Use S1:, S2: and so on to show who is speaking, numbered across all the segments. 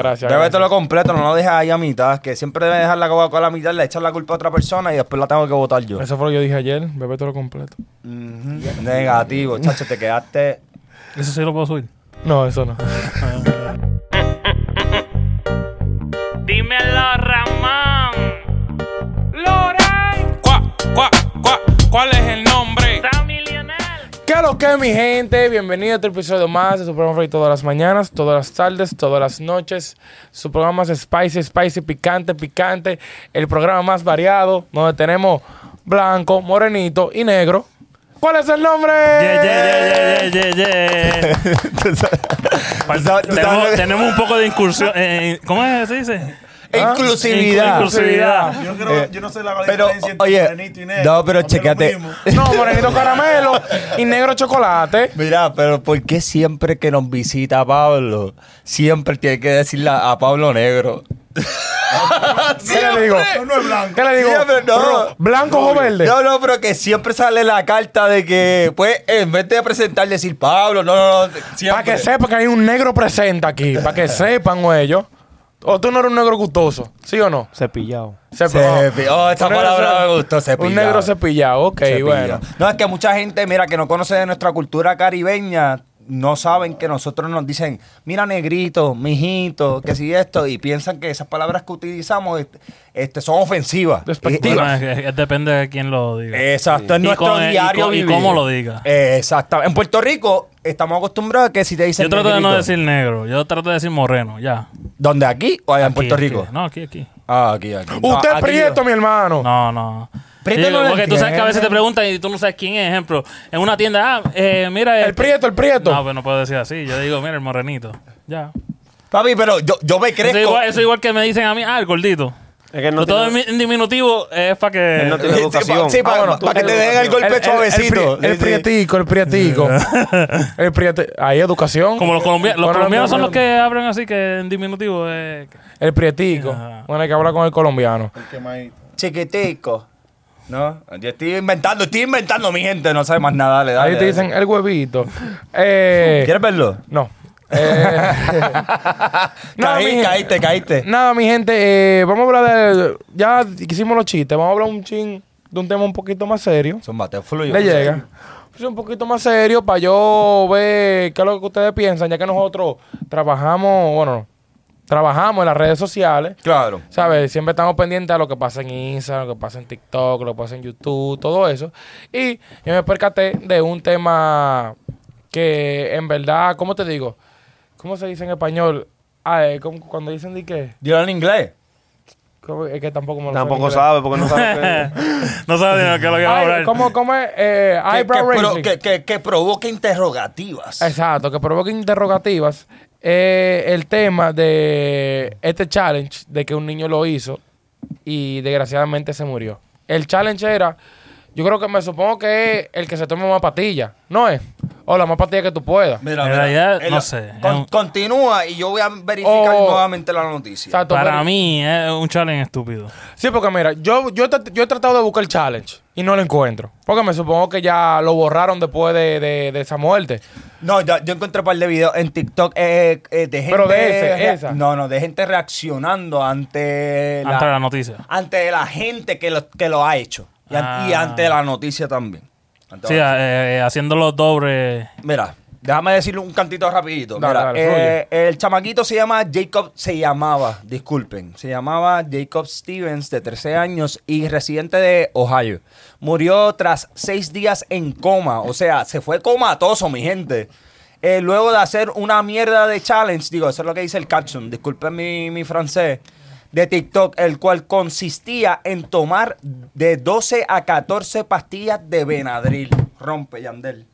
S1: Gracias.
S2: Bébetelo completo, no lo dejes ahí a mitad. Que siempre debes dejar la Coca-Cola a mitad, le echas la culpa a otra persona y después la tengo que botar yo.
S1: Eso fue lo que yo dije ayer. Bébetelo completo.
S2: Ujú. Negativo, chacho, te quedaste.
S3: Eso sí lo puedo subir.
S1: No, eso no.
S4: Dímelo, Ramón. Loray.
S5: Cuá, cuá, cuá, ¿cuál es el nombre?
S4: Sammy Lionel.
S1: ¿Qué es lo que, mi gente? Bienvenido a otro episodio más de su programa favorito todas las mañanas, todas las tardes, todas las noches. Su programa es Spicy, Spicy, Picante, Picante. El programa más variado, donde tenemos blanco, morenito y negro. ¿Cuál es el nombre?
S3: Ye, ye, ye, ye, ye, ye, ye.
S2: Tú sabes- tú sabes- tú
S3: Pues, tenemos,
S2: sabes-
S3: tenemos un poco de incursión. eh, ¿Cómo es que se dice?
S2: Ah, Inclusividad.
S3: Inclusividad.
S6: Yo, creo,
S2: Eh,
S6: yo no sé la
S2: pero,
S6: diferencia entre
S2: oye,
S6: morenito y negro.
S2: no, pero
S6: Aunque lo
S2: chécate.
S6: mismo.
S1: No, morenito caramelo y negro chocolate.
S2: Mira, pero ¿por qué siempre que nos visita Pablo, siempre tiene que decirle a Pablo negro?
S1: ¿Qué le digo?
S6: No, no es blanco.
S1: ¿Qué le digo?
S2: Siempre, no.
S1: Ro- ¿Blanco o verde?
S2: No, no, pero que siempre sale la carta de que, pues, en vez de presentar, decir Pablo, no, no, no. Siempre.
S1: Para que sepan que hay un negro presente aquí. Para que sepan o ellos. O tú no eres un negro gustoso, ¿sí o no?
S3: Cepillado.
S1: Se,
S2: Cepi- oh, esa palabra me gustó,
S1: Un
S2: cepillado.
S1: negro cepillado, ok,
S2: Cepillo.
S1: bueno.
S2: No, es que mucha gente, mira, que no conoce de nuestra cultura caribeña, no saben que nosotros nos dicen, mira, negrito, mijito, que si esto, y piensan que esas palabras que utilizamos este, este, son ofensivas.
S1: Despectivas.
S3: Pues, Bueno, es- es- depende de quién lo diga.
S2: Exacto, es
S3: Y
S2: nuestro
S3: con- y
S2: diario
S3: con- y
S2: vivir.
S3: cómo lo diga.
S2: Exacto. En Puerto Rico estamos acostumbrados a que si te dicen
S3: Yo trato de no
S2: negrito,
S3: decir negro. Yo trato de decir moreno, ya.
S2: ¿Dónde? ¿Aquí o allá en
S3: Aquí,
S2: Puerto
S3: aquí.
S2: Rico?
S3: No, aquí, aquí.
S2: Ah, aquí, aquí. No,
S1: Usted es
S2: aquí
S1: prieto,
S2: yo-
S1: mi hermano.
S3: No, no.
S2: Prieto
S3: Sí,
S2: no lo
S3: porque tú sabes que a veces
S2: entiende.
S3: te preguntan y tú no sabes quién es. Ejemplo, en una tienda, ah, eh, mira.
S1: El
S3: este-
S1: prieto, el prieto.
S3: No, pero no puedo decir así. Yo digo, mira, el morenito. Ya.
S2: Papi, pero yo, yo me
S3: Eso
S2: crezco.
S3: es igual, eso es igual que me dicen a mí, ah, el gordito.
S7: Es que él
S3: Pero
S7: no
S3: todo
S7: tiene-
S3: en diminutivo es para que.
S7: Él no tiene-
S2: Sí,
S7: educación.
S2: Sí, para,
S1: Ah, bueno, tú-
S2: para que te den el golpe
S1: El- el-
S2: suavecito.
S1: El, pri- el
S2: Sí, sí.
S1: prietico, el prietico. el prietico. Ahí educación.
S3: Como los colombianos. Los
S1: Bueno,
S3: colombianos son los
S1: colombiano.
S3: que hablan así, que en diminutivo eh, es.
S1: El prietico.
S3: Ajá.
S1: Bueno, hay que hablar con el colombiano.
S6: Quemadito.
S2: Chiquitico. No, yo estoy inventando, estoy inventando, mi gente. No sabe más nada, dale, dale.
S1: Ahí te
S2: dale.
S1: dicen el huevito. Eh,
S2: ¿Quieres verlo?
S1: No. Eh, nada, mi
S2: Caí,
S1: gente-
S2: caíste, caíste.
S1: Nada, mi gente, eh, vamos a hablar de. Ya hicimos los chistes, vamos a hablar un chin de un tema un poquito más serio.
S2: Son bate fluyo.
S1: Le llega. Es un poquito más serio para yo ver qué es lo que ustedes piensan, ya que nosotros trabajamos, bueno, trabajamos en las redes sociales.
S2: Claro.
S1: ¿Sabes? Siempre estamos pendientes a lo que pasa en Instagram, lo que pasa en TikTok, lo que pasa en YouTube, todo eso. Y yo me percaté de un tema que en verdad, ¿cómo te digo? ¿Cómo se dice en español? Ah, eh, ¿cómo- cuando dicen de qué.
S2: Dilo en inglés.
S1: ¿Cómo? Es que tampoco me lo sé en
S7: Tampoco
S1: inglés.
S7: sabe, porque no sabe. qué-
S3: no sabes de lo que lo voy a
S1: Ay,
S3: hablar.
S1: ¿Cómo, cómo es? Eh,
S2: Que, que,
S1: eyebrow
S2: pro-
S1: raising.
S2: que, que, que provoque interrogativas.
S1: Exacto, que provoca interrogativas. Eh, el tema de este challenge de que un niño lo hizo y desgraciadamente se murió. El challenge era, yo creo que me supongo que es el que se tome más patilla, ¿no es? O la más patilla que tú puedas.
S2: Mira,
S3: En realidad, no sé.
S2: con-
S3: Es un-
S2: Continúa y yo voy a verificar
S1: Oh.
S2: nuevamente la noticia.
S1: Exacto,
S3: Para
S1: pero-
S3: mí es un challenge estúpido.
S1: Sí, porque mira, yo, yo, tra- yo he tratado de buscar el challenge y no lo encuentro. Porque me supongo que ya lo borraron después de, de- de esa muerte.
S2: No, yo, yo encontré un par de videos en TikTok eh, eh, de gente.
S1: Pero de ese,
S2: rea-
S1: esa.
S2: No, no, de gente reaccionando ante la,
S3: Hasta la noticia.
S2: ante la gente que lo, que lo ha hecho. Y, an-
S3: Ah.
S2: y ante la noticia también. Ante
S3: Sí,
S2: la-
S3: eh, eh, haciendo los dobles.
S2: Mira, déjame decirle un cantito rapidito.
S1: Dale,
S2: Mira,
S1: dale,
S2: eh, el chamaquito se llama Jacob, se llamaba, disculpen, se llamaba Jacob Stevens, de 13 años y residente de Ohio. Murió tras seis días en coma, o sea, se fue comatoso, mi gente. Eh, luego de hacer una mierda de challenge, digo, eso es lo que dice el caption, disculpen mi, mi francés, de TikTok, el cual consistía en tomar de 12 a 14 pastillas de Benadryl. Rompe, Yandel.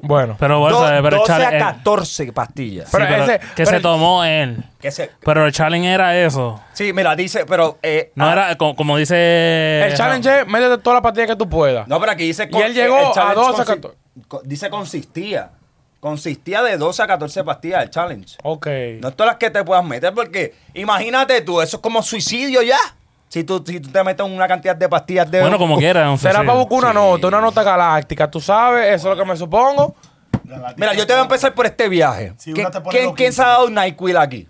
S1: Bueno.
S3: Pero bueno,
S2: Do-
S3: ¿sabes? pero el
S2: 12 a
S3: challenge.
S2: 14 pastillas.
S3: Sí,
S1: Pero
S3: eh, pero
S1: ese-
S3: que
S1: pero-
S3: se tomó él.
S2: Que se-
S3: Pero el challenge era eso.
S2: sí, mira, dice, pero. eh,
S3: No
S2: ah,
S3: era como, como dice.
S1: El challenge es métete toda la patilla que tú puedas.
S2: No, pero aquí dice.
S1: Y él llegó
S2: el challenge
S1: a 12 a
S2: consi-
S1: 14.
S2: co- Dice consistía. Consistía de 12 a 14 pastillas el challenge.
S1: Ok.
S2: No es todas las que te puedas meter, porque imagínate tú, eso es como suicidio ya. Si tú, si tú te metes una cantidad de pastillas de.
S3: Bueno, como quiera. un
S1: Será
S3: suicidio.
S1: para buscar una nota, una nota galáctica, tú sabes, eso es lo que me supongo.
S2: Mira, yo te voy a empezar por este viaje.
S6: Si
S2: ¿Quién,
S6: una te pone
S2: quién-
S6: loquito.
S2: quién se ha dado un NyQuil aquí?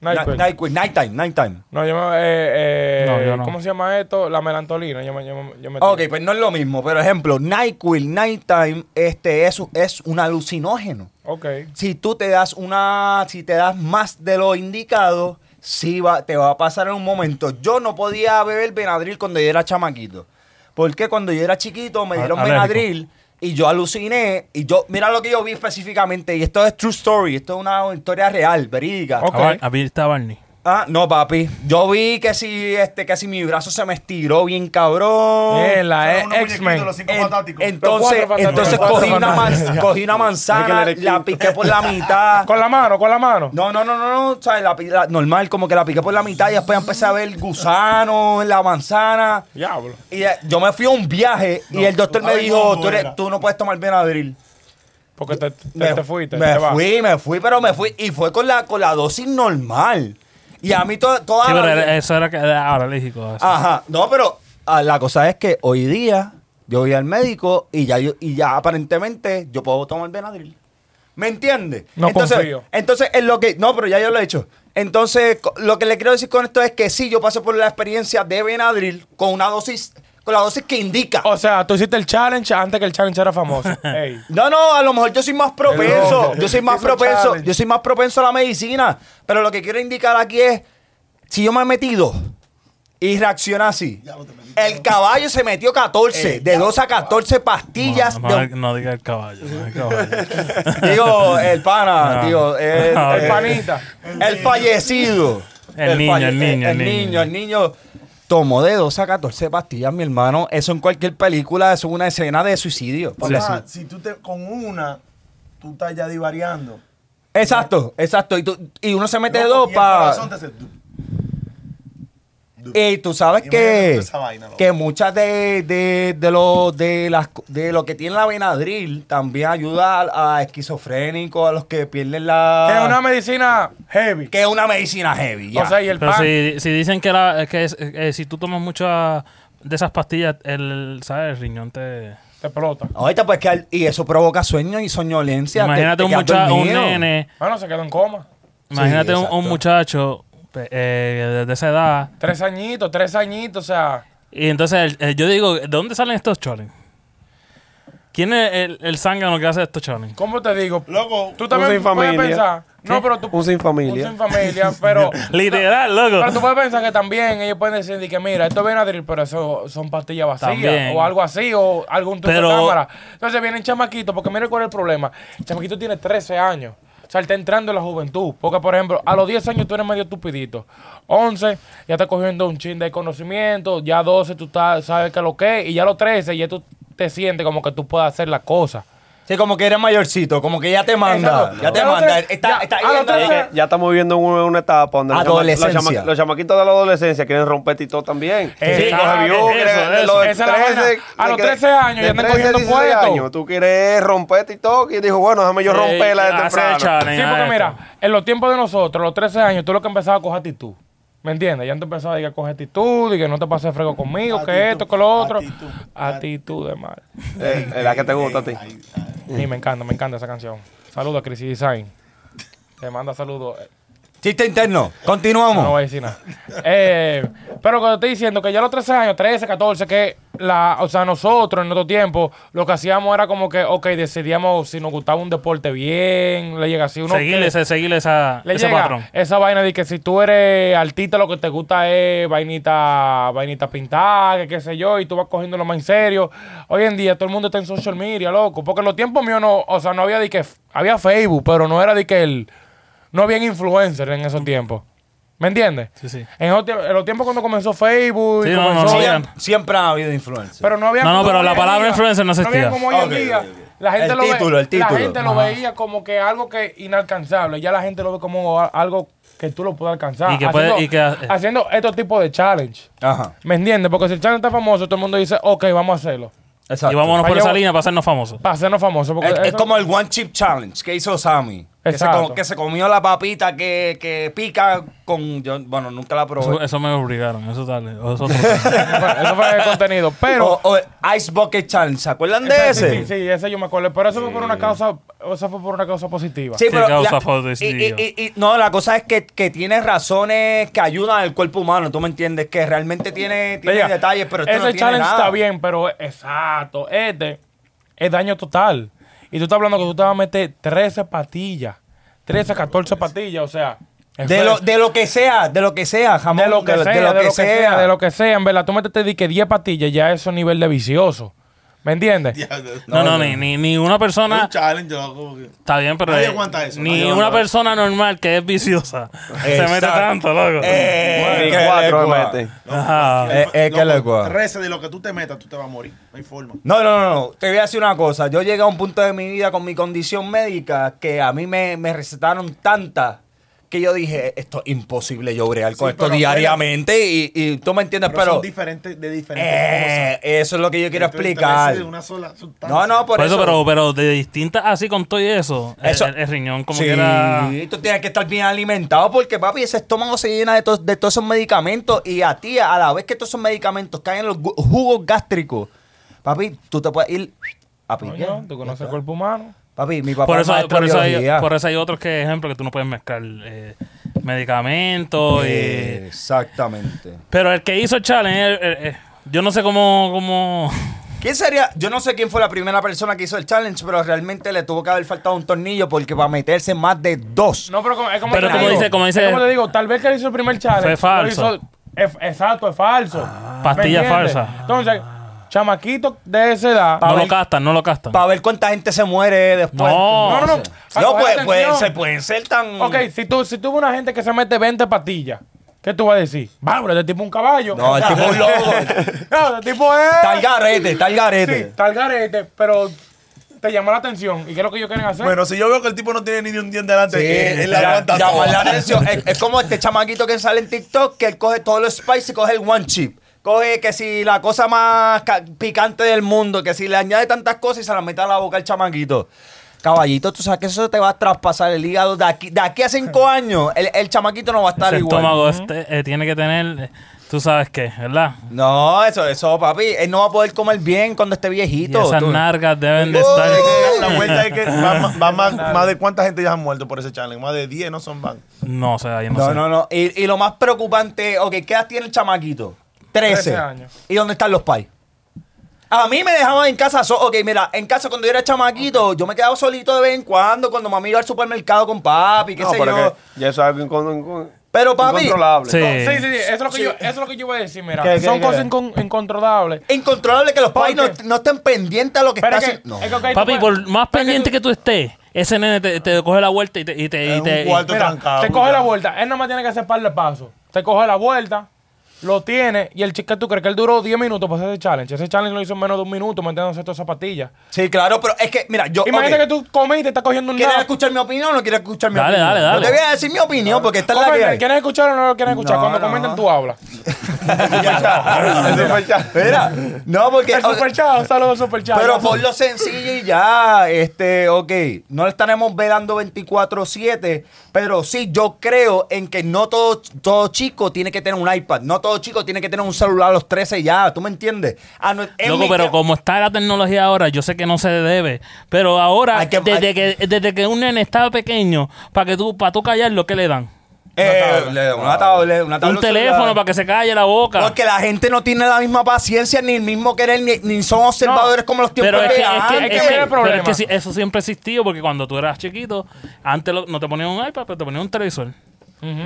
S1: Nyquil.
S2: Night Nighttime, nighttime.
S1: No, yo me. eh, eh,
S3: No, yo no.
S1: ¿Cómo se llama esto? La melantolina. Yo me, yo me- yo me-
S2: Ok, pues no es lo mismo, pero ejemplo, NyQuil, Nighttime, este es, es un alucinógeno.
S1: Ok.
S2: Si tú te das una, si te das más de lo indicado, sí va, te va a pasar en un momento. Yo no podía beber Benadryl cuando yo era chamaquito. Porque cuando yo era chiquito me
S3: A-
S2: dieron
S3: alérgico.
S2: Benadryl y yo aluciné y yo, mira lo que yo vi específicamente, y esto es true story, esto es una historia real, verídica.
S1: Ok.
S3: A Bar- A Bill está Barney.
S2: Ah, no, papi. Yo vi que si, este, que si mi brazo se me estiró bien cabrón.
S1: Mierda,
S6: Son
S1: es
S6: unos muñequitos,
S1: X-Men.
S6: los cinco
S2: Eh, En-
S6: fantásticos.
S1: Los
S2: entonces,
S1: cuatro
S2: entonces
S1: fantásticos.
S2: cogí, una man-
S1: Fantásticos.
S2: cogí una manzana,
S6: Hay que leer
S2: la
S6: el
S2: piqué por la mitad.
S1: Con la mano, con la mano.
S2: No, no, no, no, no. ¿sabes? La, pi- la- normal, como que la piqué por la mitad y después empecé a ver gusanos en la manzana.
S1: Diablo.
S2: Y eh, yo me fui a un viaje y
S6: No,
S2: el doctor
S6: tú
S2: me
S6: sabes
S2: dijo,
S6: cómo
S2: tú, eres-
S6: era".
S2: tú no puedes tomar Benadryl.
S1: Porque te, te-
S2: me,
S1: te fuiste.
S2: me
S1: te vas.
S2: fui, me fui, pero me fui. Y fue con la, con la dosis normal. Y a mí to- toda
S1: Ah,
S3: Sí,
S2: la
S3: pero
S2: vida-
S3: era- eso era que ah, era alérgico. así.
S2: Ajá, no, pero ah, la cosa es que hoy día yo voy al médico y ya, yo- y ya aparentemente yo puedo tomar Benadryl. ¿Me entiendes?
S1: No
S2: entonces,
S1: confío.
S2: Entonces, es lo que. No, pero ya yo lo he hecho. Entonces, co- lo que le quiero decir con esto es que sí, yo pasé por la experiencia de Benadryl con una dosis, con la dosis que indica.
S1: O sea, tú hiciste el challenge antes que el challenge era famoso. Ey.
S2: No, no, a lo mejor yo soy más propenso.
S1: loco.
S2: Yo soy más
S1: Hizo
S2: propenso.
S1: challenge.
S2: Yo soy más propenso a la medicina. Pero lo que quiero indicar aquí es: si yo me he metido y reacciona así, el caballo se metió 14, de 2 a 14 pastillas.
S3: No,
S2: de-
S3: no, no diga el caballo. no, el caballo.
S2: digo, el pana,
S3: No.
S2: digo, el,
S3: No,
S2: el
S1: El
S3: eh.
S1: panita.
S2: el fallecido.
S3: El niño,
S2: falle-
S3: el niño,
S2: El
S3: el
S2: niño,
S3: niño.
S2: el niño. Tomó de 2 a 14 pastillas, mi hermano. Eso en cualquier película eso es una escena de suicidio.
S6: Papá, si tú te con una, tú estás ya divariando.
S2: Exacto, exacto. Y, tú- y uno se mete de
S6: Loco,
S2: dos
S6: y el
S2: para...
S6: corazón te hace du- du-
S2: Y tú sabes
S6: Imagínate
S2: que,
S6: tú esa vaina, loco.
S2: que muchas de, de, de, lo, de, las, co- de lo que tiene la Benadryl también ayuda a, a esquizofrénicos, a los que pierden la...
S3: Ah.
S1: Que es una medicina heavy.
S2: que es una medicina heavy. ya.
S1: O sea, y el
S3: Pero
S1: pan.
S3: si, si dicen que, la, que es- eh, si tú tomas muchas de esas pastillas, el, ¿sabes? el riñón te...
S1: Te explota.
S2: Ahorita pues que... al- y eso provoca sueños y soñolencia. te-
S3: Imagínate
S2: te
S3: un,
S2: quedas
S3: mucha, un
S2: dormido.
S3: nene,
S1: Bueno, se quedó en coma.
S3: imagínate un,
S2: exacto.
S3: un muchacho pe- eh, de esa edad.
S1: Tres añitos, tres añitos, o sea.
S3: Y entonces el- eh, yo digo, ¿de dónde salen estos challenges? ¿Quién es el, el zángano que hace estos challenges?
S1: ¿Cómo te digo?
S6: Loco,
S1: Tú también
S7: sin
S1: puedes
S7: familia.
S1: pensar. No,
S3: ¿Qué?
S1: pero tú.
S7: Un sin familia.
S1: Un sin familia, pero.
S3: Literal,
S1: Pero tú
S3: loco.
S1: puedes pensar que también ellos pueden decir de que mira, esto es Benadryl, pero eso son pastillas vacías
S3: También.
S1: o algo así o algún truco
S3: Pero-
S1: de cámara. Entonces vienen chamaquitos, porque mira cuál es el problema. El chamaquito tiene 13 años. O sea, él está entrando en la juventud. Porque, por ejemplo, a los 10 años tú eres medio estupidito. 11, ya estás cogiendo un chin de conocimiento. Ya 12, tú estás- sabes que lo que es. Y ya a los 13, ya tú te sientes como que tú puedes hacer las cosas.
S2: Sí, como que eres mayorcito, como que ya te manda.
S1: Exacto.
S2: Ya te
S1: Ya
S2: manda.
S1: lo
S2: Está,
S1: tres- ya,
S2: está
S1: a lo
S2: yendo-
S1: tres-
S7: Ya estamos viviendo una, una etapa donde los chama-
S2: Adolescencia.
S7: Los, chama- los chamaquitos de la adolescencia quieren romper y todo también.
S1: Exacto,
S7: Sí, coge
S3: eso,
S7: de
S3: eso.
S7: los
S1: Esa es la vaina. A
S7: de
S1: los
S7: que-
S1: 13 años ya
S7: de
S1: andan
S7: 13,
S1: cogiendo
S7: 16
S1: puestos.
S7: años. Tú quieres romper y todo. Y dijo, bueno, déjame yo romperla de
S3: Eh, Hace el
S7: temprano.
S3: challenge
S1: Sí,
S3: a
S1: porque
S3: esto.
S1: mira, en los tiempos de nosotros, a los 13 años, tú lo que empezabas a coger actitud. ¿Me entiendes? Ya tú empezabas a decir, coge actitud y que no te pases frego conmigo, que
S6: Actitud,
S1: esto, que lo otro.
S6: actitud.
S1: Actitud de mal.
S7: Eh, eh, la que te gusta a ti.
S1: Sí, me encanta, me encanta esa canción. Saludos a Chris Design. Te manda saludos. Eh,
S2: Chiste interno.
S1: No
S2: Continuamos.
S1: voy a decir nada. Eh, pero cuando estoy diciendo que ya a los 13 años, 13, 14, que la, o sea, nosotros en nuestro tiempo, lo que hacíamos era como que, ok, decidíamos si nos gustaba un deporte bien, le llega así uno.
S3: Seguirle
S1: que-
S3: ese, seguirle esa,
S1: le
S3: ese
S1: llega
S3: patrón.
S1: esa vaina de que si tú eres artista lo que te gusta es vainita vainita pintada que qué sé yo y tú vas cogiéndolo más en serio hoy en día todo el mundo está en social media loco porque en los tiempos míos no o sea no había de que había Facebook pero no era de que el no había influencer en esos tiempos ¿me entiendes?
S3: Sí, sí.
S1: en, esos tie- en los tiempos cuando comenzó Facebook y
S3: Sí, no, no,
S1: comenzó-
S3: no,
S2: Siem-
S3: vean.
S2: Siempre, ha habido influencia.
S1: pero no había.
S3: No, no,
S1: como
S3: pero
S1: hoy
S3: la
S1: en
S3: palabra influencer no existía.
S1: había como hoy en
S2: Ok,
S1: día.
S2: ok, ok.
S1: La gente
S2: El
S1: lo ve-
S2: título, el
S1: La
S2: título.
S1: gente lo veía como que algo que inalcanzable. Ya la gente lo ve como a- algo que tú lo puedes alcanzar.
S3: Y que puede-
S1: haciendo,
S3: y que-
S1: haciendo estos tipos de challenge.
S2: Ajá.
S1: ¿Me entiendes? Porque si el challenge está famoso, todo el mundo dice, ok, vamos a hacerlo.
S2: Exacto.
S3: Y vámonos por
S1: Vaya-
S3: esa línea para hacernos famosos.
S1: Para hacernos famosos. porque
S2: Es, es
S1: eso-
S2: como el One Chip Challenge que hizo Sammy. Que se,
S1: Exacto.
S2: co- que se comió la papita que, que pica con. Yo, bueno, nunca la
S3: Eso,
S2: probé.
S3: eso me obligaron. Eso dale. Eso es otro tema.
S1: Eso fue- eso fue el contenido. Pero.
S2: o, o Ice Bucket Challenge, ¿se acuerdan de
S1: Ese,
S2: ese?
S1: Sí, sí, sí, ese yo me acuerdo. Pero eso fue por una causa, eso fue por una causa positiva.
S2: Sí,
S3: ¿Qué
S2: pero
S3: causa
S2: la-
S3: fue
S2: y, y-
S3: decidido?
S2: y- y- no, la cosa es que, que tiene razones que ayudan al cuerpo humano, ¿tú me entiendes? Que realmente tiene, tiene
S1: Oiga,
S2: detalles, pero esto
S1: ese
S2: no tiene
S1: challenge
S2: nada.
S1: está bien, pero exacto. Este es daño total. Y tú estás hablando que tú te vas a meter 13 patillas. 13, 14 patillas, o sea. eso
S2: De
S1: es-
S2: lo, de lo que sea, de lo que sea, jamón.
S1: de lo que sea,
S2: de lo que sea.
S1: de lo que sea. En verdad, tú métete di que 10 patillas, ya eso es nivel de vicioso. ¿Me entiendes?
S3: No, no, ni, ni, ni una persona.
S6: Un challenge, loco.
S3: Está bien, pero.
S6: Nadie
S3: eh,
S6: aguanta eso,
S3: Ni
S6: nadie
S3: una
S6: aguanta.
S3: persona normal que es viciosa se mete
S2: Exacto.
S3: tanto, loco.
S2: Eh,
S7: Bueno,
S2: qué
S7: cuatro
S2: lengua.
S7: me mete.
S3: Ajá.
S2: Eh, eh, qué
S6: loco,
S2: lengua.
S6: 13 de lo que tú te metas, tú te vas a morir. No hay forma.
S2: No, no, no, no. Te voy a decir una cosa. Yo llegué a un punto de mi vida con mi condición médica que a mí me, me recetaron tantas que yo dije, esto es imposible yo bregar con
S6: Sí,
S2: esto
S6: pero
S2: diariamente. Y, y tú me entiendes,
S6: Pero,
S2: pero...
S6: son diferentes de diferentes
S2: Eh, eso es lo que yo quiero
S6: Entonces, te
S2: explicar.
S6: decides una sola sustancia.
S2: No, pues, no, por,
S3: Por eso, pero, pero de distintas, así con todo y eso, el-
S2: Eso-
S3: El, el riñón como
S2: sí,
S3: que era...
S2: tú tienes que estar bien alimentado porque, papi, ese estómago se llena de, to- de todos esos medicamentos y a ti, a la vez que todos esos medicamentos caen en los gu- jugos gástricos, papi, tú te puedes ir a pique.
S1: Coño, tú conoces el cuerpo humano.
S2: Papi, mi papá
S3: Por
S2: es
S3: eso,
S2: maestro
S3: por,
S2: de
S3: eso hay,
S2: biología.
S3: por eso hay otros que, ejemplo, que tú no puedes mezclar eh, medicamentos.
S2: Eh.
S3: y-
S2: Exactamente.
S3: pero el que hizo el challenge, eh, eh, eh, yo no sé cómo... cómo
S2: ¿Quién sería? Yo no sé quién fue la primera persona que hizo el challenge, pero realmente le tuvo que haber faltado un tornillo porque para meterse más de dos.
S1: No, pero como- es como,
S3: Pero
S1: te
S2: como
S1: digo,
S2: dice-
S3: como dice-
S1: es como te digo, tal vez que él hizo el primer challenge.
S3: Fue
S1: lo
S3: falso. Ah.
S1: hizo- es- exacto, es falso. ¿Me
S3: Pastilla
S1: entiendes?
S3: falsa. Ah.
S1: Entonces, chamaquito de esa edad.
S2: Pa-
S3: no lo
S2: ver-
S3: castan, no lo castan.
S2: Para ver cuánta gente se muere después.
S3: No.
S1: no, no, no. para
S2: No,
S1: coger
S2: pues, pues,
S1: atención.
S2: se pueden ser tan.
S1: Ok, si tú, si tú ves una gente que se mete 20 pastillas, ¿qué tú vas a decir? Bárbaro, este tipo es un caballo.
S2: No, el tipo es un loco.
S1: No, este tipo es.
S2: Tal garete, tal
S1: Sí,
S2: garete.
S1: tal garete, pero te llama la atención. ¿Y qué es lo que ellos quieren hacer?
S6: Bueno, si yo veo que el tipo no tiene ni de un diente delante, eh, él, él la
S2: Ya-
S6: aguanta
S2: ya,
S6: toda.
S2: la atención. Es, es como este chamaquito que sale en TikTok que él coge todos los spices y coge el one chip. Coge que si la cosa más ca- picante del mundo, que si le añade tantas cosas y se las mete a la boca al chamaquito. Caballito, tú sabes que eso te va a traspasar el hígado. De aquí, de aquí a cinco años, el, el chamaquito no va a estar
S3: Ese
S2: igual.
S3: estómago este, eh, tiene que tener, eh, tú sabes qué, ¿verdad?
S2: No, eso, eso, papi. Él no va a poder comer bien cuando esté
S3: Y
S2: viejito.
S3: esas
S2: tú.
S3: nargas deben de
S2: Uy.
S3: estar...
S6: La vuelta es que va, ma- va más, más de cuánta gente ya han muerto por ese challenge. Más de 10 no son van.
S3: No, o sea, yo no,
S2: No,
S3: sé.
S2: no, no. Y, y lo más preocupante, ok, ¿qué edad tiene el chamaquito? 13.
S1: 13 años.
S2: ¿Y dónde están los pais? A mí me dejaban en casa, so- ok, mira, en casa cuando yo era chamaquito, yo me quedaba solito de vez en cuando, cuando mami iba al supermercado con papi, qué
S7: No,
S2: sé
S7: pero
S2: yo.
S7: que ya eso es algo incon- incon-
S2: Pero, papi-
S7: incontrolable.
S3: Sí.
S1: Sí, sí, sí, Eso es lo que, yo, eso es lo que yo iba a decir, mira.
S2: eh, ¿Qué, qué, Eh,
S1: Son
S2: qué?
S1: cosas incon- incontrolables.
S2: Incontrolable que los
S1: ¿Por
S2: pais no,
S1: qué?
S2: no estén pendientes a lo que
S1: Pero
S2: está
S1: es que,
S2: haciendo. No.
S1: es que, ok, tú
S3: Papi,
S1: puedes-
S3: por más
S1: pero es
S3: pendiente que tú estés, ese nene te, te coge la vuelta y te... Y te, y
S6: Es un
S3: te- y-
S6: cuarto
S1: Mira,
S6: trancado.
S1: te coge la vuelta. Él nada más tiene que hacer par de pasos. Te coge la vuelta, lo tiene, y el chico tú crees que él duró 10 minutos para hacer ese challenge. Ese challenge lo hizo en menos de un minuto, metiéndose todas zapatillas.
S2: Sí, claro, pero es que, mira, yo.
S1: Imagínate
S2: ok,
S1: que tú comiste y te estás cogiendo un
S2: ¿Quieres
S1: nap.
S2: escuchar mi opinión o no quieres escuchar mi
S3: Dale,
S2: opinión?
S3: dale, dale.
S2: Yo te voy a decir mi opinión porque esta es la que
S1: Comenten,
S2: hay.
S1: ¿Quieres escuchar o no lo quieres escuchar?
S2: No,
S1: Cuando
S2: no.
S1: comenten, tú hablas.
S7: El super chat.
S2: Mira, no, porque.
S1: El super chat, un saludo al super chat.
S2: Pero
S1: Gracias.
S2: por lo sencillo y ya, este, ok, no le estaremos velando 24-7, pero sí, yo creo en que no todo, todo chico tiene que tener un iPad, no todo chico tiene que tener un celular a los 13 ya, ¿tú me entiendes? A no- en
S3: Loco,
S2: mi
S3: pero
S2: tie-
S3: como está la tecnología ahora, yo sé que no se debe. Pero ahora,
S2: Hay que-
S3: desde,
S2: hay-
S3: que, desde que un nene estaba pequeño, para que tú, para tú callarlo, ¿qué le dan?
S2: Eh, le- una tablet, una tablet
S3: Un teléfono
S2: celular.
S3: para que se calle la boca.
S2: Porque la gente no tiene la misma paciencia, ni el mismo querer, ni, ni son observadores como los tiempos
S3: pero es
S2: de
S3: que, es que-
S2: antes.
S3: es
S1: que
S3: que-
S1: mira el
S3: pero
S1: problema.
S3: es que sí, eso siempre existió porque cuando tú eras chiquito, antes lo- no te ponían un iPad, pero te ponían un televisor.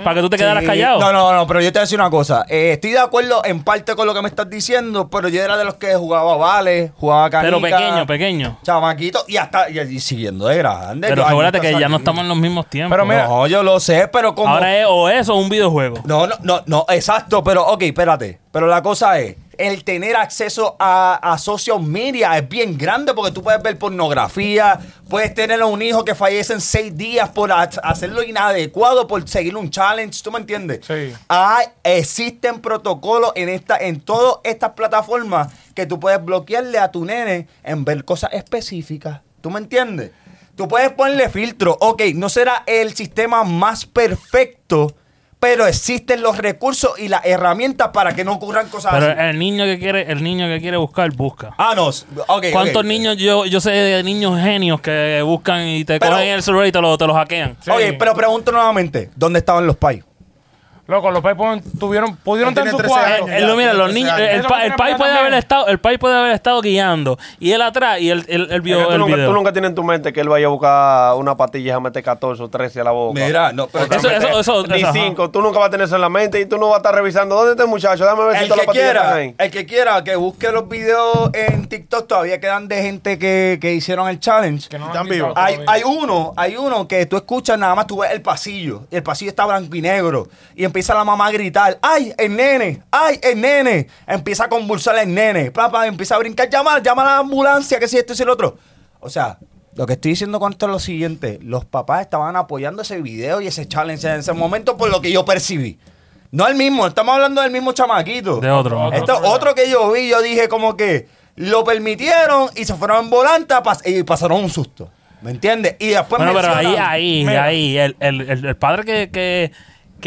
S3: Para que tú te quedaras
S2: Sí.
S3: callado.
S2: No, no, no, pero yo te voy a decir una cosa. Eh, estoy de acuerdo en parte con lo que me estás diciendo, pero yo era de los que jugaba vale, jugaba canica.
S3: pero pequeño, pequeño.
S2: Chamaquito, y hasta y, y siguiendo de grande.
S3: Pero
S2: Yo, ay,
S3: acuérdate
S2: nunca
S3: que ya no
S2: salí.
S3: estamos en los mismos tiempos.
S1: Pero mira,
S2: No, yo lo sé, pero como.
S3: ahora es o eso o un videojuego.
S2: No, no, no, no, exacto, pero ok, espérate. Pero la cosa es, el tener acceso a, a social media es bien grande porque tú puedes ver pornografía, puedes tener a un hijo que fallece en seis días por ha- hacerlo inadecuado, por seguir un challenge, ¿tú me entiendes?
S1: Sí.
S2: Ah, existen protocolos en esta, en todas estas plataformas que tú puedes bloquearle a tu nene en ver cosas específicas, ¿tú me entiendes? Tú puedes ponerle filtro. Ok, no será el sistema más perfecto, pero existen los recursos y las herramientas para que no ocurran cosas
S3: Pero eh,
S2: así.
S3: el niño que quiere, el niño que quiere buscar, busca.
S2: Ah, no. s- ok,
S3: ¿Cuántos
S2: ok.
S3: niños yo, yo sé de niños genios que buscan y te
S2: Pero-
S3: cogen el celular y te lo, te lo hackean?
S1: Sí.
S2: Ok, pero pregunto nuevamente, ¿dónde estaban los pais?
S1: Loco, los Paypon tuvieron, pudieron
S6: Él
S1: estar en su
S6: tiene 13
S1: cuarto.
S6: años.
S3: Eh, lo- mira, los
S6: 13
S3: niños,
S6: años.
S3: el,
S1: Eso
S3: pa-
S1: lo
S3: el
S1: tiene
S3: pai
S1: mi
S3: puede
S1: mamá
S3: haber
S1: también.
S3: estado, el pai puede haber estado guiando y él atrás y él, él, él
S7: Porque
S3: vio
S7: tú,
S3: el
S7: nunca, tú
S3: video.
S7: nunca tienes en tu mente que él vaya a buscar una patilla y a meter 14 o 13 a la boca.
S2: Mira, no, pero
S3: Eso-
S7: Meter
S3: eso- eso-
S7: Ni
S3: eso, ajá.
S7: 5. Tú nunca vas a tener eso en la mente y tú no vas a estar revisando. ¿Dónde está el muchacho? Dame a ver si
S2: El
S7: todas
S2: que
S7: las patillas están
S2: quiera,
S7: ahí.
S2: el que quiera que busque los videos en TikTok, todavía quedan de gente que, que hicieron el challenge.
S1: Que no
S6: Están
S1: han quitado
S6: vivos.
S2: Hay,
S1: todavía.
S2: hay uno, hay uno que tú escuchas nada más, tú ves el pasillo, y el pasillo está blanco y negro, y empieza la mamá a gritar, ¡ay, el nene! ¡ay, el nene! Empieza a convulsar el nene, papá, empieza a brincar, llama, llama a la ambulancia, que si esto y si el otro. O sea, lo que estoy diciendo con esto es lo siguiente, los papás estaban apoyando ese video y ese challenge en ese momento por lo que yo percibí. No el mismo, estamos hablando del mismo chamaquito.
S3: De otro, otro.
S2: Esto, otro que yo vi, yo dije como que lo permitieron y se fueron en volanta pas- y pasaron un susto. ¿Me entiendes? Y después
S3: Bueno, pero ahí,
S2: mencionan-
S3: ahí,
S1: Mira.
S3: ahí, el, el, el, el padre que, que,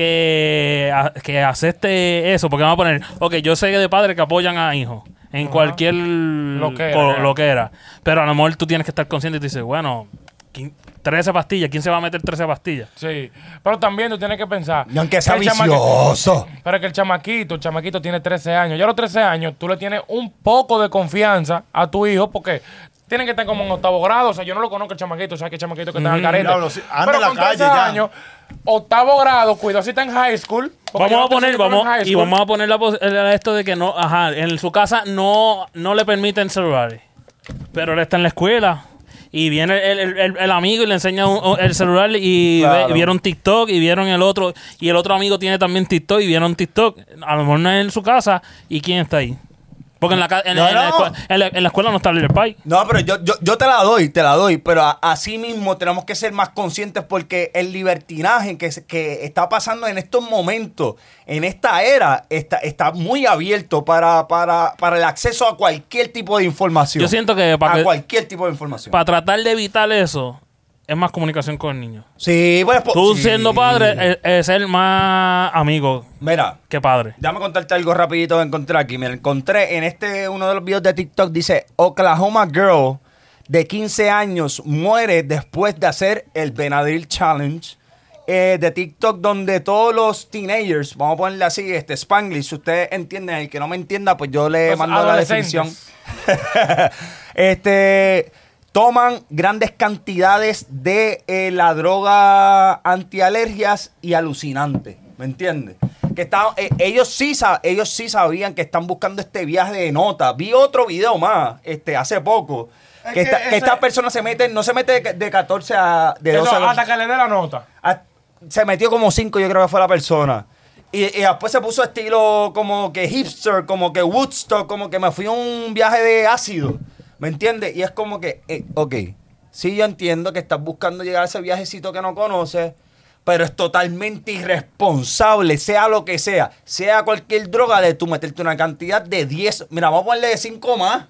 S3: que, a- que acepte eso, porque vamos a poner, ok, yo sé de padres que apoyan a hijos en cualquier
S1: Loquera,
S3: co-
S1: ya.
S3: loquera, pero a lo mejor tú tienes que estar consciente y tú dices, bueno, quin- 13 pastillas, ¿quién se va a meter 13 pastillas?
S1: Sí. Pero también tú tienes que pensar.
S2: Y aunque sea
S1: que el chama-
S2: vicioso.
S1: Pero que el chamaquito, el chamaquito tiene 13 años. Ya a los 13 años tú le tienes un poco de confianza a tu hijo porque tienen que estar como en octavo grado. O sea, yo no lo conozco el chamaquito, o sea, que el chamaquito que está en el carete.
S6: diablo, sí, anda
S1: pero
S6: en la
S1: con
S6: calle
S1: 13
S6: ya.
S1: años, octavo grado, cuidado si está en high school. porque yo no
S3: Vamos
S1: sé
S3: a
S1: si
S3: poner,
S1: está en
S3: vamos,
S1: high
S3: y
S1: school.
S3: vamos a poner la pos- eh, esto de que no, ajá, en su casa no, no le permiten celulares. Pero él está en la escuela. Y viene el, el- el- el amigo y le enseña un- un- el celular y
S7: Claro.
S3: ve- vieron TikTok y vieron el otro. Y el otro amigo tiene también TikTok y vieron TikTok. A lo mejor no es en su casa. ¿Y quién está ahí? Porque en la, ca- en,
S2: No,
S3: en la,
S2: no.
S3: escue- en la- en la escuela no está el pai.
S2: No, pero yo, yo, yo te la doy, te la doy, pero a- así mismo tenemos que ser más conscientes porque el libertinaje que, se- que está pasando en estos momentos, en esta era, está, está muy abierto para, para, para el acceso a cualquier tipo de información.
S3: Yo siento que para,
S2: a
S3: que-
S2: cualquier tipo de información.
S3: para tratar de evitar eso, es más comunicación con el niño.
S2: sí, pues, po-
S3: Tú
S2: sí.
S3: siendo padre, es, es ser más amigo
S2: Mira,
S3: que padre.
S2: Déjame contarte algo rapidito que encontré aquí. Me lo encontré en este uno de los videos de TikTok. Dice, Oklahoma Girl de 15 años muere después de hacer el Benadryl Challenge eh, de TikTok donde todos los teenagers, vamos a ponerle así, este Spanglish, si ustedes entienden, el que no me entienda, pues yo le
S1: Los
S2: mando la
S1: adolescentes.
S2: definición. este toman grandes cantidades de eh, la droga antialergias y alucinante, ¿me entiendes? Que está, eh, ellos sí sa- ellos sí sabían que están buscando este viaje de nota. Vi otro video más, este hace poco, que,
S6: que
S2: esta- que
S6: ese-
S2: estas personas se meten, no se mete de, de 14 a de
S1: Eso,
S2: 12 a
S1: hasta que le dé la nota.
S2: a- Ah, se metió como cinco, yo creo que fue la persona. Y, y después se puso estilo como que hipster, como que Woodstock, como que me fui a un viaje de ácido. ¿Me entiendes? Y es como que, eh, ok, sí yo entiendo que estás buscando llegar a ese viajecito que no conoces, pero es totalmente irresponsable, sea lo que sea, sea cualquier droga, de tú meterte una cantidad de 10, mira, vamos a ponerle de 5 más.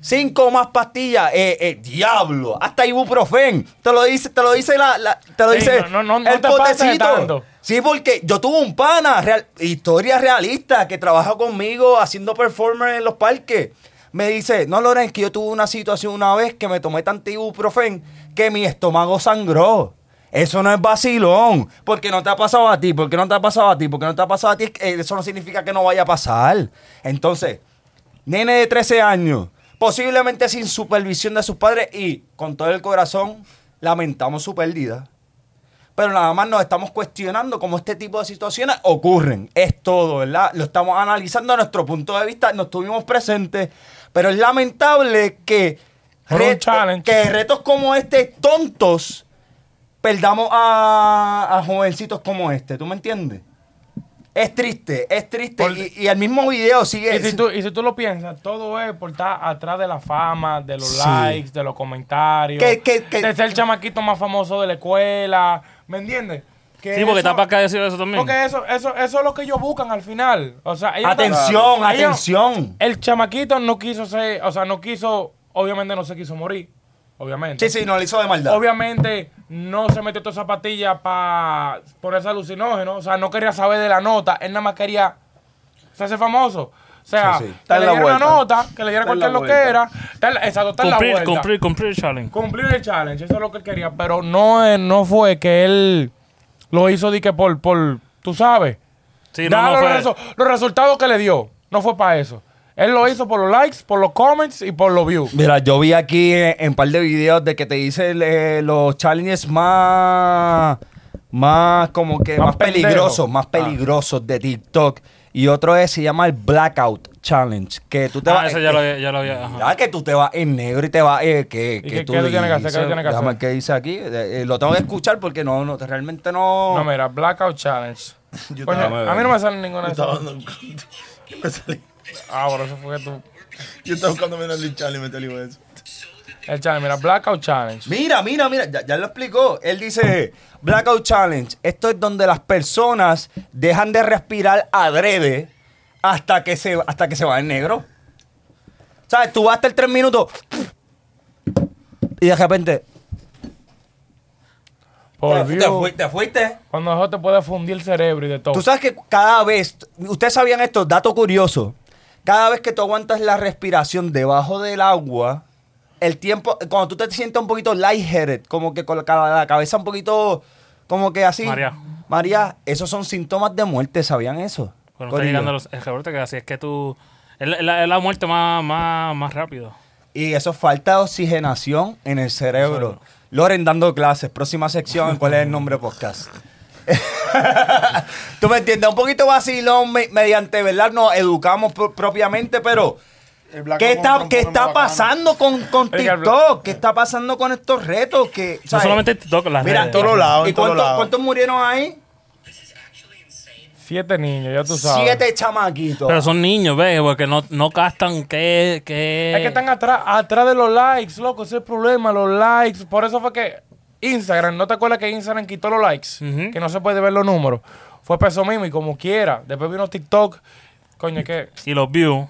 S2: Cinco más pastillas, eh, eh, diablo, hasta ibuprofen. Te lo dice, te lo dice la, la- te lo
S1: Sí,
S2: dice
S1: no, no, no, no te pases de tanto.
S2: Sí, porque yo tuve un pana, real- historia realista, que trabaja conmigo haciendo performance en los parques. Me dice, no, Loren, es que yo tuve una situación una vez que me tomé tanto ibuprofen que mi estómago sangró. Eso no es vacilón. Porque no te ha pasado a ti, porque no te ha pasado a ti, porque no te ha pasado a ti. Eh, Eso no significa que no vaya a pasar. Entonces, Nene de 13 años, posiblemente sin supervisión de sus padres y con todo el corazón lamentamos su pérdida. Pero nada más nos estamos cuestionando cómo este tipo de situaciones ocurren. Es todo, ¿verdad? Lo estamos analizando a nuestro punto de vista, nos tuvimos presentes, pero es lamentable que,
S1: Por un challenge.
S2: que retos como este tontos perdamos a, a jovencitos como este, ¿tú me entiendes? Es triste, es triste.
S1: Por-
S2: Y, y el mismo video sigue...
S1: Y si, tú, y si tú lo piensas, todo es por estar atrás de la fama, de los
S2: Sí.
S1: likes, de los comentarios,
S2: Que- que- que-
S1: de ser el chamaquito más famoso de la escuela. ¿Me entiendes? Que
S3: Sí,
S1: eso-
S3: porque está para acá decir eso también.
S1: Porque eso, eso, eso es lo que ellos buscan al final. O sea, ellos no-
S2: Atención,
S1: ellos-
S2: atención.
S1: el chamaquito no quiso ser, o sea, no quiso, obviamente no se quiso morir. obviamente.
S2: Sí, sí, no lo hizo de maldad.
S1: Obviamente no se metió toda esa patilla para ponerse alucinógeno. O sea, no quería saber de la nota. Él nada más quería hacerse famoso. O sea,
S2: Sí, sí.
S1: que
S7: Está en
S1: le
S7: la
S1: diera una
S7: vuelta.
S1: nota, que le diera
S7: Está en
S1: cualquier
S7: la
S1: lo que era. Exacto, está en la
S3: Cumplir,
S1: vuelta.
S3: cumplir, cumplir, Charlie.
S1: Cumplir el challenge, eso es lo que él quería. Pero no, eh, no fue que él lo hizo de que por, por, tú sabes.
S3: Sí,
S1: Da
S3: no, no
S1: los,
S3: fue. Ah,
S1: resu- los resultados que le dio. No fue para eso. Él lo hizo por los likes, por los comments y por los views.
S2: Mira, yo vi aquí eh, en un par de videos de que te dicen eh, los challenges más. Más como que.
S1: Más
S2: Más, Ah.
S1: pendejo.
S2: peligrosos, más peligrosos de TikTok. Y otro es, se llama el Blackout Challenge. Que tú te
S3: Ah,
S2: vas.
S3: eso ya lo había. Ya lo había ajá.
S2: Ah, que tú te vas en negro y te vas. eh, que,
S1: ¿Y
S2: que
S1: qué-
S2: tú
S1: qué tú tienes que hacer? ¿Qué tú
S2: dices-
S1: tienes que
S2: déjame
S1: hacer?
S2: ver qué dice aquí. Eh, eh, lo tengo que escuchar porque no, no realmente
S1: No, mira, Blackout Challenge.
S6: Yo
S1: Coño,
S6: estaba-
S1: a mí no me sale ninguna
S6: Yo
S1: de
S6: estaba
S1: esas.
S6: dando- me salí.
S1: Ah, bueno, eso fue que tú.
S6: Yo estaba buscando menos el challenge y me salió eso.
S1: El challenge, mira, Blackout Challenge.
S2: Mira, mira, mira, ya, ya lo explicó. Él dice, Blackout Challenge, esto es donde las personas dejan de respirar adrede hasta que se, hasta que se va en negro. ¿Sabes? Tú vas hasta el tres minutos y de repente...
S1: Por
S2: te, te fui-
S1: view.
S2: te fuiste.
S1: Cuando eso te puede fundir el cerebro y de todo.
S2: Tú sabes que cada vez, ustedes sabían esto, dato curioso, cada vez que tú aguantas la respiración debajo del agua, el tiempo, cuando tú te sientes un poquito lightheaded, como que con la, ca- la cabeza un poquito, como que así.
S3: Mareado.
S2: María, esos son síntomas de muerte, ¿sabían eso?
S3: Cuando está
S2: Corillo.
S3: llegando los. El reporte que así es que tú. Es la- la, es la muerte más, más, más rápido.
S2: Y eso es falta de oxigenación en el cerebro. Loren dando clases, próxima sección, ¿cuál es el nombre del podcast? Tú me entiendes, un poquito vacilón me- mediante, ¿verdad? Nos educamos pro- propiamente, pero ¿Qué está, qué está pasando con, con
S1: Oiga, el
S2: TikTok? ¿Qué está pasando con estos retos? Que,
S3: No
S2: ¿sabes?
S3: solamente TikTok, las
S2: Mira,
S3: redes.
S6: todo todos lados,
S2: ¿Y
S6: en todos
S2: cuántos-
S6: lados.
S2: cuántos murieron ahí?
S1: Siete niños, ya tú sabes.
S2: Siete chamaquitos.
S3: Pero son niños, ¿ves? Porque no, no gastan que, que...
S1: Es que están atrás, atrás de los likes, loco, ese es el problema, los likes. Por eso fue que Instagram, ¿no te acuerdas que Instagram quitó los likes?
S3: Ujú.
S1: Que no se puede ver los números. Fue peso mismo y como quiera. Después vino TikTok. Coño, es que
S3: Y los views.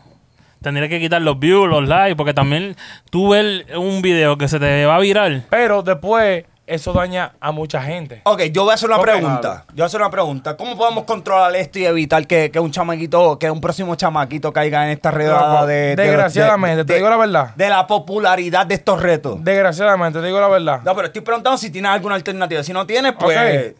S3: Tendría que quitar los views, los likes, porque también tú ves un video que se te va a viral.
S1: Pero después, eso daña a mucha gente.
S2: Ok, yo voy a hacer una
S1: Ok.
S2: pregunta. Yo voy a hacer una pregunta. ¿Cómo podemos controlar esto y evitar que, que un chamaquito, que un próximo chamaquito caiga en esta redada
S1: Loco,
S2: de, de-
S1: desgraciadamente,
S2: de-
S1: te
S2: de-
S1: digo la verdad.
S2: De la popularidad de estos retos.
S1: Desgraciadamente, te digo la verdad.
S2: No, pero estoy preguntando si tienes alguna alternativa. Si no tienes, pues.
S1: Ok.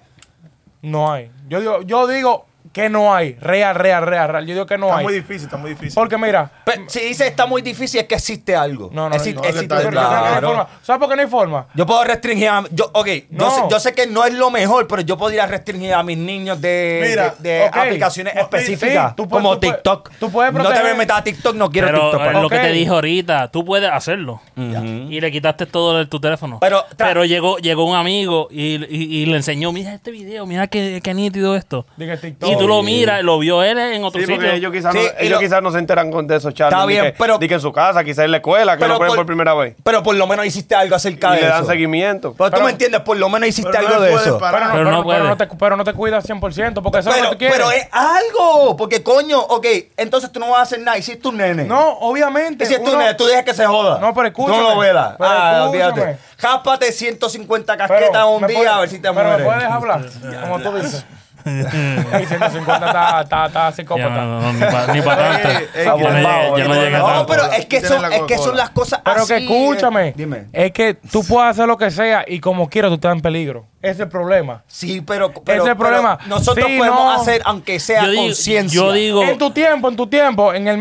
S1: No hay. Yo digo, yo digo que no hay. Real, real, real, real. Yo digo que no
S6: Está
S1: hay.
S6: muy difícil, está muy difícil.
S1: Porque mira,
S2: Pe- pues, si dice está muy difícil, es que existe algo.
S1: No, no,
S2: Exi-
S1: no,
S6: que
S2: existe-
S6: está-
S1: yo creo que no hay
S2: Claro.
S1: forma. ¿sabes por qué no hay forma?
S2: Yo puedo restringir a... Yo, ok, yo,
S1: No.
S2: sé, yo sé que no es lo mejor, pero yo podría restringir a mis niños de,
S6: Mira,
S2: de- de
S1: ok.
S2: aplicaciones
S1: Sí,
S2: específicas,
S1: sí, tú puedes-
S2: como
S1: tú puedes-
S2: TikTok.
S1: tú puedes
S2: No te
S1: proteger-
S2: me metas a TikTok, no quiero
S3: Pero
S2: TikTok.
S3: eh,
S2: para
S3: lo
S1: ok.
S3: que te dije ahorita, tú puedes hacerlo. Y le quitaste todo de tu teléfono.
S2: Pero tra-
S3: llegó, llegó un amigo y, y- y le enseñó, mira este video, mira qué, qué nítido esto.
S1: Diga TikTok.
S3: Y tú lo miras, lo vio él en otro
S7: Sí,
S3: sitio.
S7: porque ellos quizás
S2: Sí,
S7: no,
S2: y
S7: ellos
S2: lo-
S7: quizás no se enteran con de esos chats.
S2: Está bien,
S7: que,
S2: pero-
S7: Di que en su casa, quizás en la escuela, que lo ponen por primera vez.
S2: Pero por lo menos hiciste algo
S7: Y
S2: acerca de
S7: le dan
S2: eso.
S7: seguimiento.
S2: Pero tú me entiendes, por lo menos hiciste
S6: Pero no
S2: algo
S6: le
S2: de
S6: puedes
S2: eso.
S6: parar.
S1: Pero no,
S3: Pero
S1: pero,
S3: no
S1: pero
S3: puede.
S1: no te, pero no te cuidas 100% porque eso es lo
S2: Pero,
S1: que tú quieres.
S2: pero es algo, porque coño, ok, entonces tú no vas a hacer nada, hiciste un nene.
S1: No, obviamente.
S2: Y si es tu
S1: uno-
S2: nene, tú dejas que se joda.
S1: No, pero escúchame.
S2: Tú no lo velas.
S1: Pero
S2: Ah,
S1: escúchame.
S2: olvídate. Jápate 150
S1: Pero
S2: casquetas un
S1: me
S2: día
S1: puede-
S2: a ver si te
S1: pero
S2: mueres.
S1: ¿Me puedes hablar? Como tú dices. Ey, 150 está, está, está
S3: Ya,
S1: psicópata.
S3: no, no, ni para tanto.
S6: Eh, eh,
S3: Ya
S6: que
S3: no
S6: te
S3: llegué-
S6: pago,
S3: ya no
S6: que te
S3: llegué
S6: pago.
S3: tanto.
S2: No, pero eh, es que,
S6: Tiene
S2: son,
S6: la
S2: es que son
S6: Coca-Cola.
S2: las cosas
S1: Pero
S2: así.
S1: que escúchame,
S2: eh. Dime.
S1: es que tú puedes hacer lo que sea y como quieras tú estás en peligro. Ese es el problema.
S2: Sí, pero, pero-
S1: Ese es el
S2: pero
S1: problema.
S2: nosotros
S1: Sí,
S2: podemos
S1: no.
S2: hacer, aunque sea
S3: Yo digo,
S2: conciencia.
S3: yo digo-
S1: En tu tiempo, en tu tiempo, en el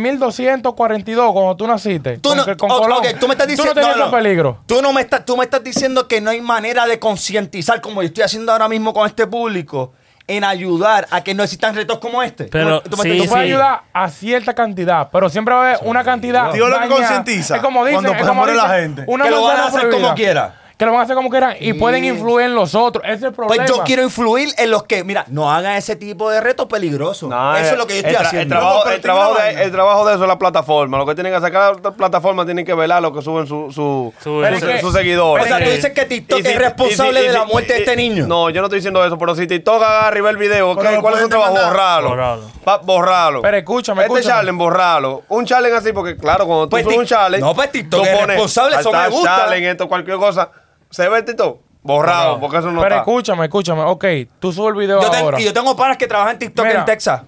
S1: 1242, cuando tú naciste,
S2: Tú
S1: con-
S2: no,
S1: con,
S2: ok,
S1: Colón,
S2: ok, tú me estás diciendo
S1: tú no tenías ese peligro.
S2: Tú no me estás, tú me estás diciendo que no hay manera de concientizar como yo estoy haciendo ahora mismo con este público en ayudar a que no existan retos como este.
S3: Pero
S2: Tú me- tú me
S3: sí,
S2: estás-
S1: Tú
S3: sí.
S1: puedes ayudar a cierta cantidad, pero siempre va a haber una cantidad.
S6: Dios lo que
S1: dañada.
S6: concientiza,
S1: Es como dicen,
S6: cuando
S1: es como
S6: muere la
S1: dicen,
S6: gente.
S1: Una
S2: que lo van a
S1: manzana
S2: hacer
S1: prohibida.
S2: como quiera. Mm.
S1: que lo van a hacer como quieran y pueden influir en los otros. Ese es el problema.
S2: Pues yo quiero influir en los que, mira, no hagan ese tipo de retos peligrosos. Eso es lo que yo estoy
S7: eh, el tra-
S2: haciendo.
S7: El trabajo,
S2: No, pero
S7: el,
S2: tengo
S7: trabajo
S2: una
S7: de,
S2: vaina.
S7: el trabajo de eso es la plataforma. Lo que tienen que sacar la plataforma tienen que velar lo que suben sus su,
S3: Su-
S7: su-
S3: es
S7: su-
S1: que-
S7: sus seguidores.
S2: O sea, tú
S3: Ok.
S2: dices que TikTok
S7: Y si-
S2: es responsable
S7: y si- y
S2: de la
S7: si-
S2: muerte de
S7: y-
S2: este niño.
S7: No, yo no estoy diciendo eso, pero si TikTok arriba el video,
S6: Pero
S7: ¿qué-
S6: lo
S7: ¿cuál es su
S6: pueden
S7: trabajo?
S6: demandar.
S7: Borrarlo.
S3: Borrarlo.
S7: Pa- borrarlo.
S1: Pero escúchame,
S7: Este
S1: escúchame.
S7: challenge, borrarlo. Un challenge así, porque claro, cuando tú
S2: Pues
S7: subes
S2: Tik-
S7: un challenge.
S2: no, pues TikTok
S7: tú
S2: es
S7: pones
S2: responsable, eso me
S7: hashtag
S2: gusta.
S7: challenge, esto, cualquier cosa. ¿Se ve el TikTok? Borrado, porque eso no
S1: Pero
S7: está.
S1: escúchame, escúchame. Ok, tú subes el video
S2: Yo te-
S1: ahora.
S2: y yo tengo panas que trabajan en TikTok
S1: Mira.
S2: en Texas.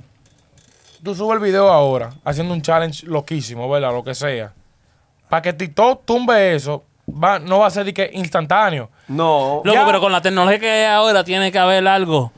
S1: Tú subes el video ahora haciendo un challenge loquísimo, ¿verdad? Lo que sea. Para que TikTok tumbe eso, va, no va a ser de que instantáneo.
S7: No.
S3: Loco,
S1: Ya.
S3: pero con la tecnología que hay ahora tiene que haber algo.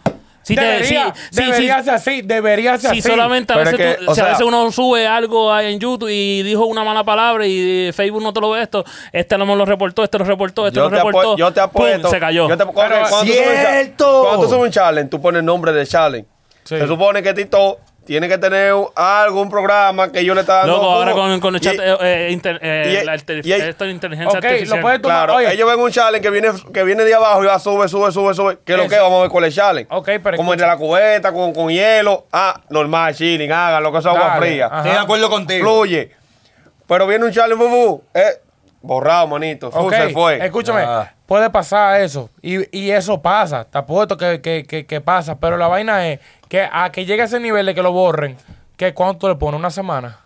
S3: Si te-
S1: debería
S3: si- si-
S1: debería
S3: si-
S1: ser así, debería ser
S3: si
S1: así.
S3: solamente a
S7: Pero
S3: veces,
S7: es que,
S3: tú-
S7: o
S3: si a
S7: sea-
S3: veces uno sube algo en YouTube y dijo una mala palabra y eh, Facebook no te lo ve esto, este no me lo reportó, este lo reportó, este lo
S7: Yo te, apu-
S3: reportó.
S7: yo te
S3: ¡Pum!
S7: apuesto.
S3: Se cayó.
S7: Yo te apu- cuando, cuando tú subes un cha-
S2: ¡Cierto!
S7: cuando tú subes un challenge, tú pones el nombre del challenge.
S1: Sí.
S7: Se supone que Tito tiene que tener un- algún programa que yo le está dando.
S3: Loco, ahora
S7: jugo.
S3: con, con el
S7: Ah, Y-
S3: chat, eh, eh, inter- eh,
S7: y-
S3: la arti-
S7: y-
S3: esto de inteligencia
S1: Ok,
S3: artificial.
S1: lo puedes-
S7: Claro,
S1: Oye.
S7: ellos ven un challenge que viene, que viene de abajo y va, sube, sube, sube, sube. ¿Qué es lo
S1: Eso.
S7: que? es? Vamos a ver cuál es el challenge.
S1: Ok, pero
S7: Como el de la cubeta, con, con hielo. Ah, normal, chilling, hagan lo que es agua
S1: Dale,
S7: fría.
S1: ajá.
S2: Estoy de acuerdo contigo.
S7: Fluye. Pero viene un challenge, bubú. Eh, borrado, manito. Fu,
S1: Ok,
S7: se fue.
S1: Escúchame,
S2: Ah.
S1: puede pasar eso. Y, y eso pasa. Te apuesto que, que, que, que pasa. Pero la vaina es que a que llegue a ese nivel de que lo borren, que ¿cuánto le pones? ¿Una semana?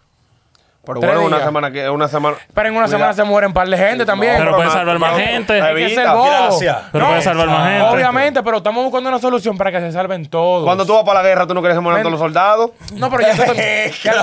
S7: Pero
S1: tres
S7: bueno, una
S1: días.
S7: semana que una semana.
S1: Pero en una
S7: Cuidado.
S1: semana se mueren un par de gente también.
S3: pero
S1: Hay
S3: puede salvar más gente. Hay
S1: que
S7: evita.
S1: ser bobo.
S2: gracias.
S3: Pero puede salvar más gente.
S1: Obviamente, pero estamos buscando una solución para que se salven todos.
S7: Cuando tú vas para la guerra, tú no quieres morir a todos los soldados.
S1: No, pero ya tú te- ya-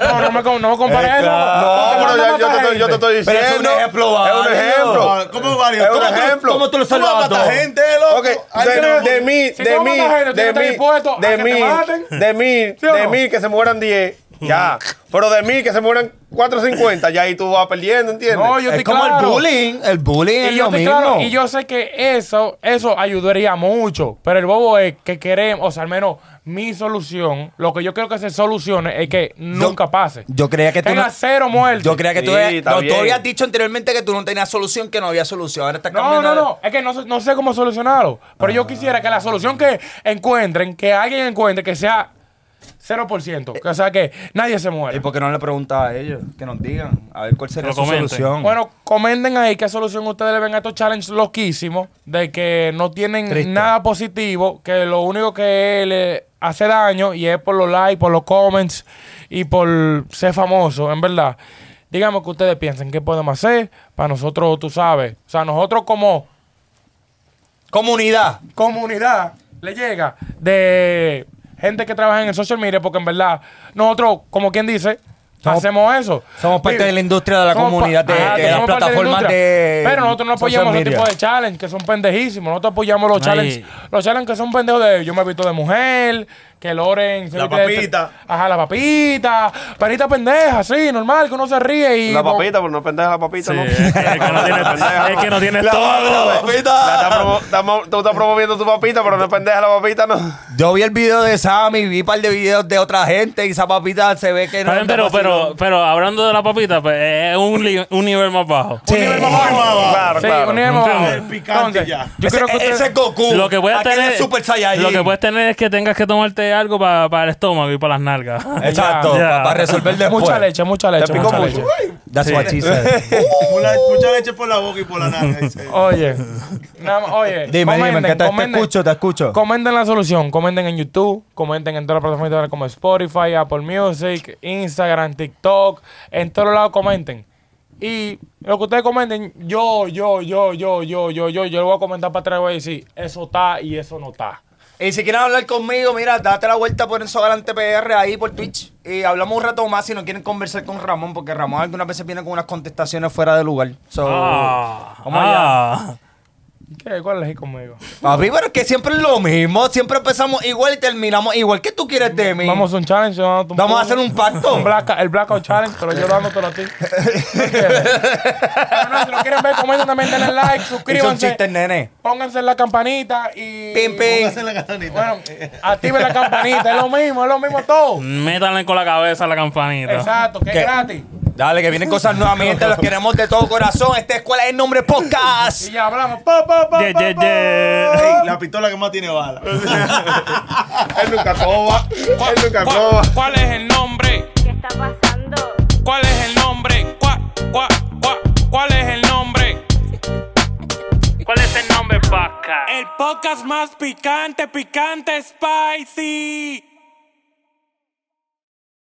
S1: No, no me, com- no me compares eso.
S7: Eh, No,
S1: Porque
S7: Ah, pero
S1: manda
S7: ya- yo,
S1: más
S7: te, estoy- yo te
S1: gente.
S7: estoy diciendo.
S2: Pero eso es un ejemplo
S7: Es un
S2: válido.
S7: ejemplo.
S6: ¿Cómo válido?
S7: Es un
S6: ¿Cómo tú-
S7: ejemplo.
S2: ¿Cómo tú lo
S6: Tú vas a
S2: salvas a
S6: matar
S2: todos?
S6: gente, loco.
S7: Ok,
S6: Ay,
S7: de,
S6: no.
S7: de mil,
S1: Si
S7: de
S1: tú
S7: mil,
S1: matas gente, tú tienes
S7: de
S1: que estar
S7: mil,
S1: dispuesto a
S7: de
S1: que te maten.
S7: mil, de mil,
S1: ¿Sí o
S7: de
S1: no?
S7: mil que se mueran 10, ya. Pero de mil que se mueran 450, ya ahí tú vas perdiendo, ¿entiendes?
S1: No, yo
S2: Es
S1: estoy
S2: como el
S1: claro.
S2: bullying. El bullying es
S1: Y yo,
S2: lo
S1: estoy
S2: mismo.
S1: claro, y yo sé que eso, eso ayudaría mucho. Pero el bobo es que queremos, o sea, al menos mi solución, lo que yo creo que se solucione es que nunca pase.
S2: Yo creía que tú
S1: Tenga
S2: no-
S1: cero muertes.
S2: Yo creía que tú,
S7: Sí,
S2: eras-
S7: está
S2: no, tú
S7: bien.
S2: habías dicho anteriormente que tú no tenías solución, que Ah. no había solución. Ahora estás
S1: No,
S2: cambiando
S1: no,
S2: de-
S1: no. Es que no, sé- no sé cómo solucionarlo. Pero yo quisiera que la solución que encuentren, que alguien encuentre, que sea 0%. Que, o sea, que nadie se
S2: ¿Y
S1: muera.
S2: por qué no le preguntas a ellos? Que nos digan. A ver cuál sería
S3: Lo
S2: su
S3: comenten.
S2: solución.
S1: Bueno, comenten ahí qué solución ustedes le ven a estos challenges loquísimos de que no tienen
S2: Triste.
S1: nada positivo, que lo único que le hace daño y es por los likes, por los comments y por ser famoso, en verdad. Díganme que ustedes piensan qué podemos hacer para nosotros, tú sabes. O sea, nosotros como
S2: Comunidad.
S1: comunidad le llega de gente que trabaja en el social media, porque en verdad nosotros, como quien dice,
S2: Somos-
S1: hacemos eso.
S2: somos parte de la industria de la
S1: somos pa- ah,
S2: comunidad de- de las
S1: somos parte la
S2: plataformas
S1: industria.
S2: de
S1: Pero nosotros no
S2: social
S1: apoyamos ese
S2: media.
S1: tipo de challenge que son pendejísimos. Nosotros apoyamos los
S3: Ay.
S1: challenges. Los challenges que son pendejos de yo me he visto de mujer, que Loren. se
S6: La
S1: viste de-
S6: papita.
S1: ajá, la papita. Perita pendeja, sí, normal, que uno se ríe y.
S7: La papita, pero no pendeja la papita,
S3: Sí,
S7: ¿no?
S3: es que- no tiene- es que no tiene todo.
S7: La está promo- estamos- tú estás promoviendo tu papita, pero no es pendeja la papita, no.
S2: Yo vi el video de Sammy, vi un par de videos de otra gente y esa papita se ve que no.
S3: Pero,
S2: anda
S3: pero, pero,
S2: vacilón.
S3: pero hablando de la papita, pues, es un, li- un nivel más bajo.
S2: Sí.
S7: Claro,
S1: Sí,
S7: claro.
S1: un nivel más bajo.
S6: Es picante
S1: Entonces,
S6: ya.
S1: Yo
S2: ese,
S1: creo que ustedes-
S2: ese es Goku.
S3: Lo que voy a
S2: Aquel
S3: tener,
S2: es Super Saiyajin.
S3: lo que puedes tener es que tengas que tomarte algo para el estómago y para las nalgas.
S7: Eh,
S2: Exacto,
S3: Ya.
S2: para resolver después.
S1: Mucha leche, mucha leche.
S7: picó
S1: mucha
S7: mucho.
S1: leche.
S2: That's what she said.
S6: Una- Mucha leche por la boca y por la nariz.
S1: Oye, nada más, oye,
S2: Dime, dime, que te- te escucho, te escucho.
S1: Comenten la solución, comenten en YouTube, comenten en todas las plataformas como Spotify, Apple Music, Instagram, TikTok, en todos lados comenten. Y lo que ustedes comenten, yo, yo, yo, yo, yo, yo, yo, yo lo voy a comentar para atrás y voy a decir, eso está y eso no está.
S2: Y si quieren hablar conmigo, mira, date la vuelta por eso adelante PR ahí por Twitch. Y hablamos un rato más si no quieren conversar con Ramón, porque Ramón algunas veces viene con unas contestaciones fuera de lugar. So,
S3: Ah,
S2: vamos allá.
S3: ah.
S1: ¿Qué? ¿Cuál elegí conmigo?
S2: Papi, pero es que siempre es lo mismo. Siempre empezamos igual y terminamos igual. ¿Qué tú quieres de mí?
S1: Vamos a un challenge. yo dándote un
S2: Vamos a
S1: puño.
S2: hacer un pacto.
S1: Un blackout- el Blackout Challenge, pero yo dándotelo a ti. Pero no, si lo quieren ver, comenten también, denle like,
S2: Es un chiste,
S1: suscríbanse,
S2: nene.
S1: pónganse la campanita y...
S2: Pim, pim.
S6: Póngase la gatanita.
S1: Bueno, activen la campanita, es lo mismo, es lo mismo todo.
S3: Métanle con la cabeza a la campanita.
S1: Exacto, que es
S2: ¿Qué?
S1: gratis.
S2: Dale, que vienen cosas nuevas, mi gente. Los queremos de todo corazón. Esta escuela es nombre podcast.
S1: Y ya hablamos. Pa, pa, pa,
S8: Ye,
S1: pa,
S8: ye,
S1: pa.
S8: ye.
S6: Ey, la pistola que más tiene bala.
S7: Él nunca coba.
S3: ¿Cuál,
S7: Él nunca
S3: cuál-
S7: coba.
S3: cuál es el nombre?
S4: ¿Qué está pasando?
S3: ¿Cuál es el nombre? ¿Cuál, cuál, cuál, cuál es el nombre?
S8: ¿Cuál es el nombre, Paca?
S3: El podcast más picante, picante, spicy.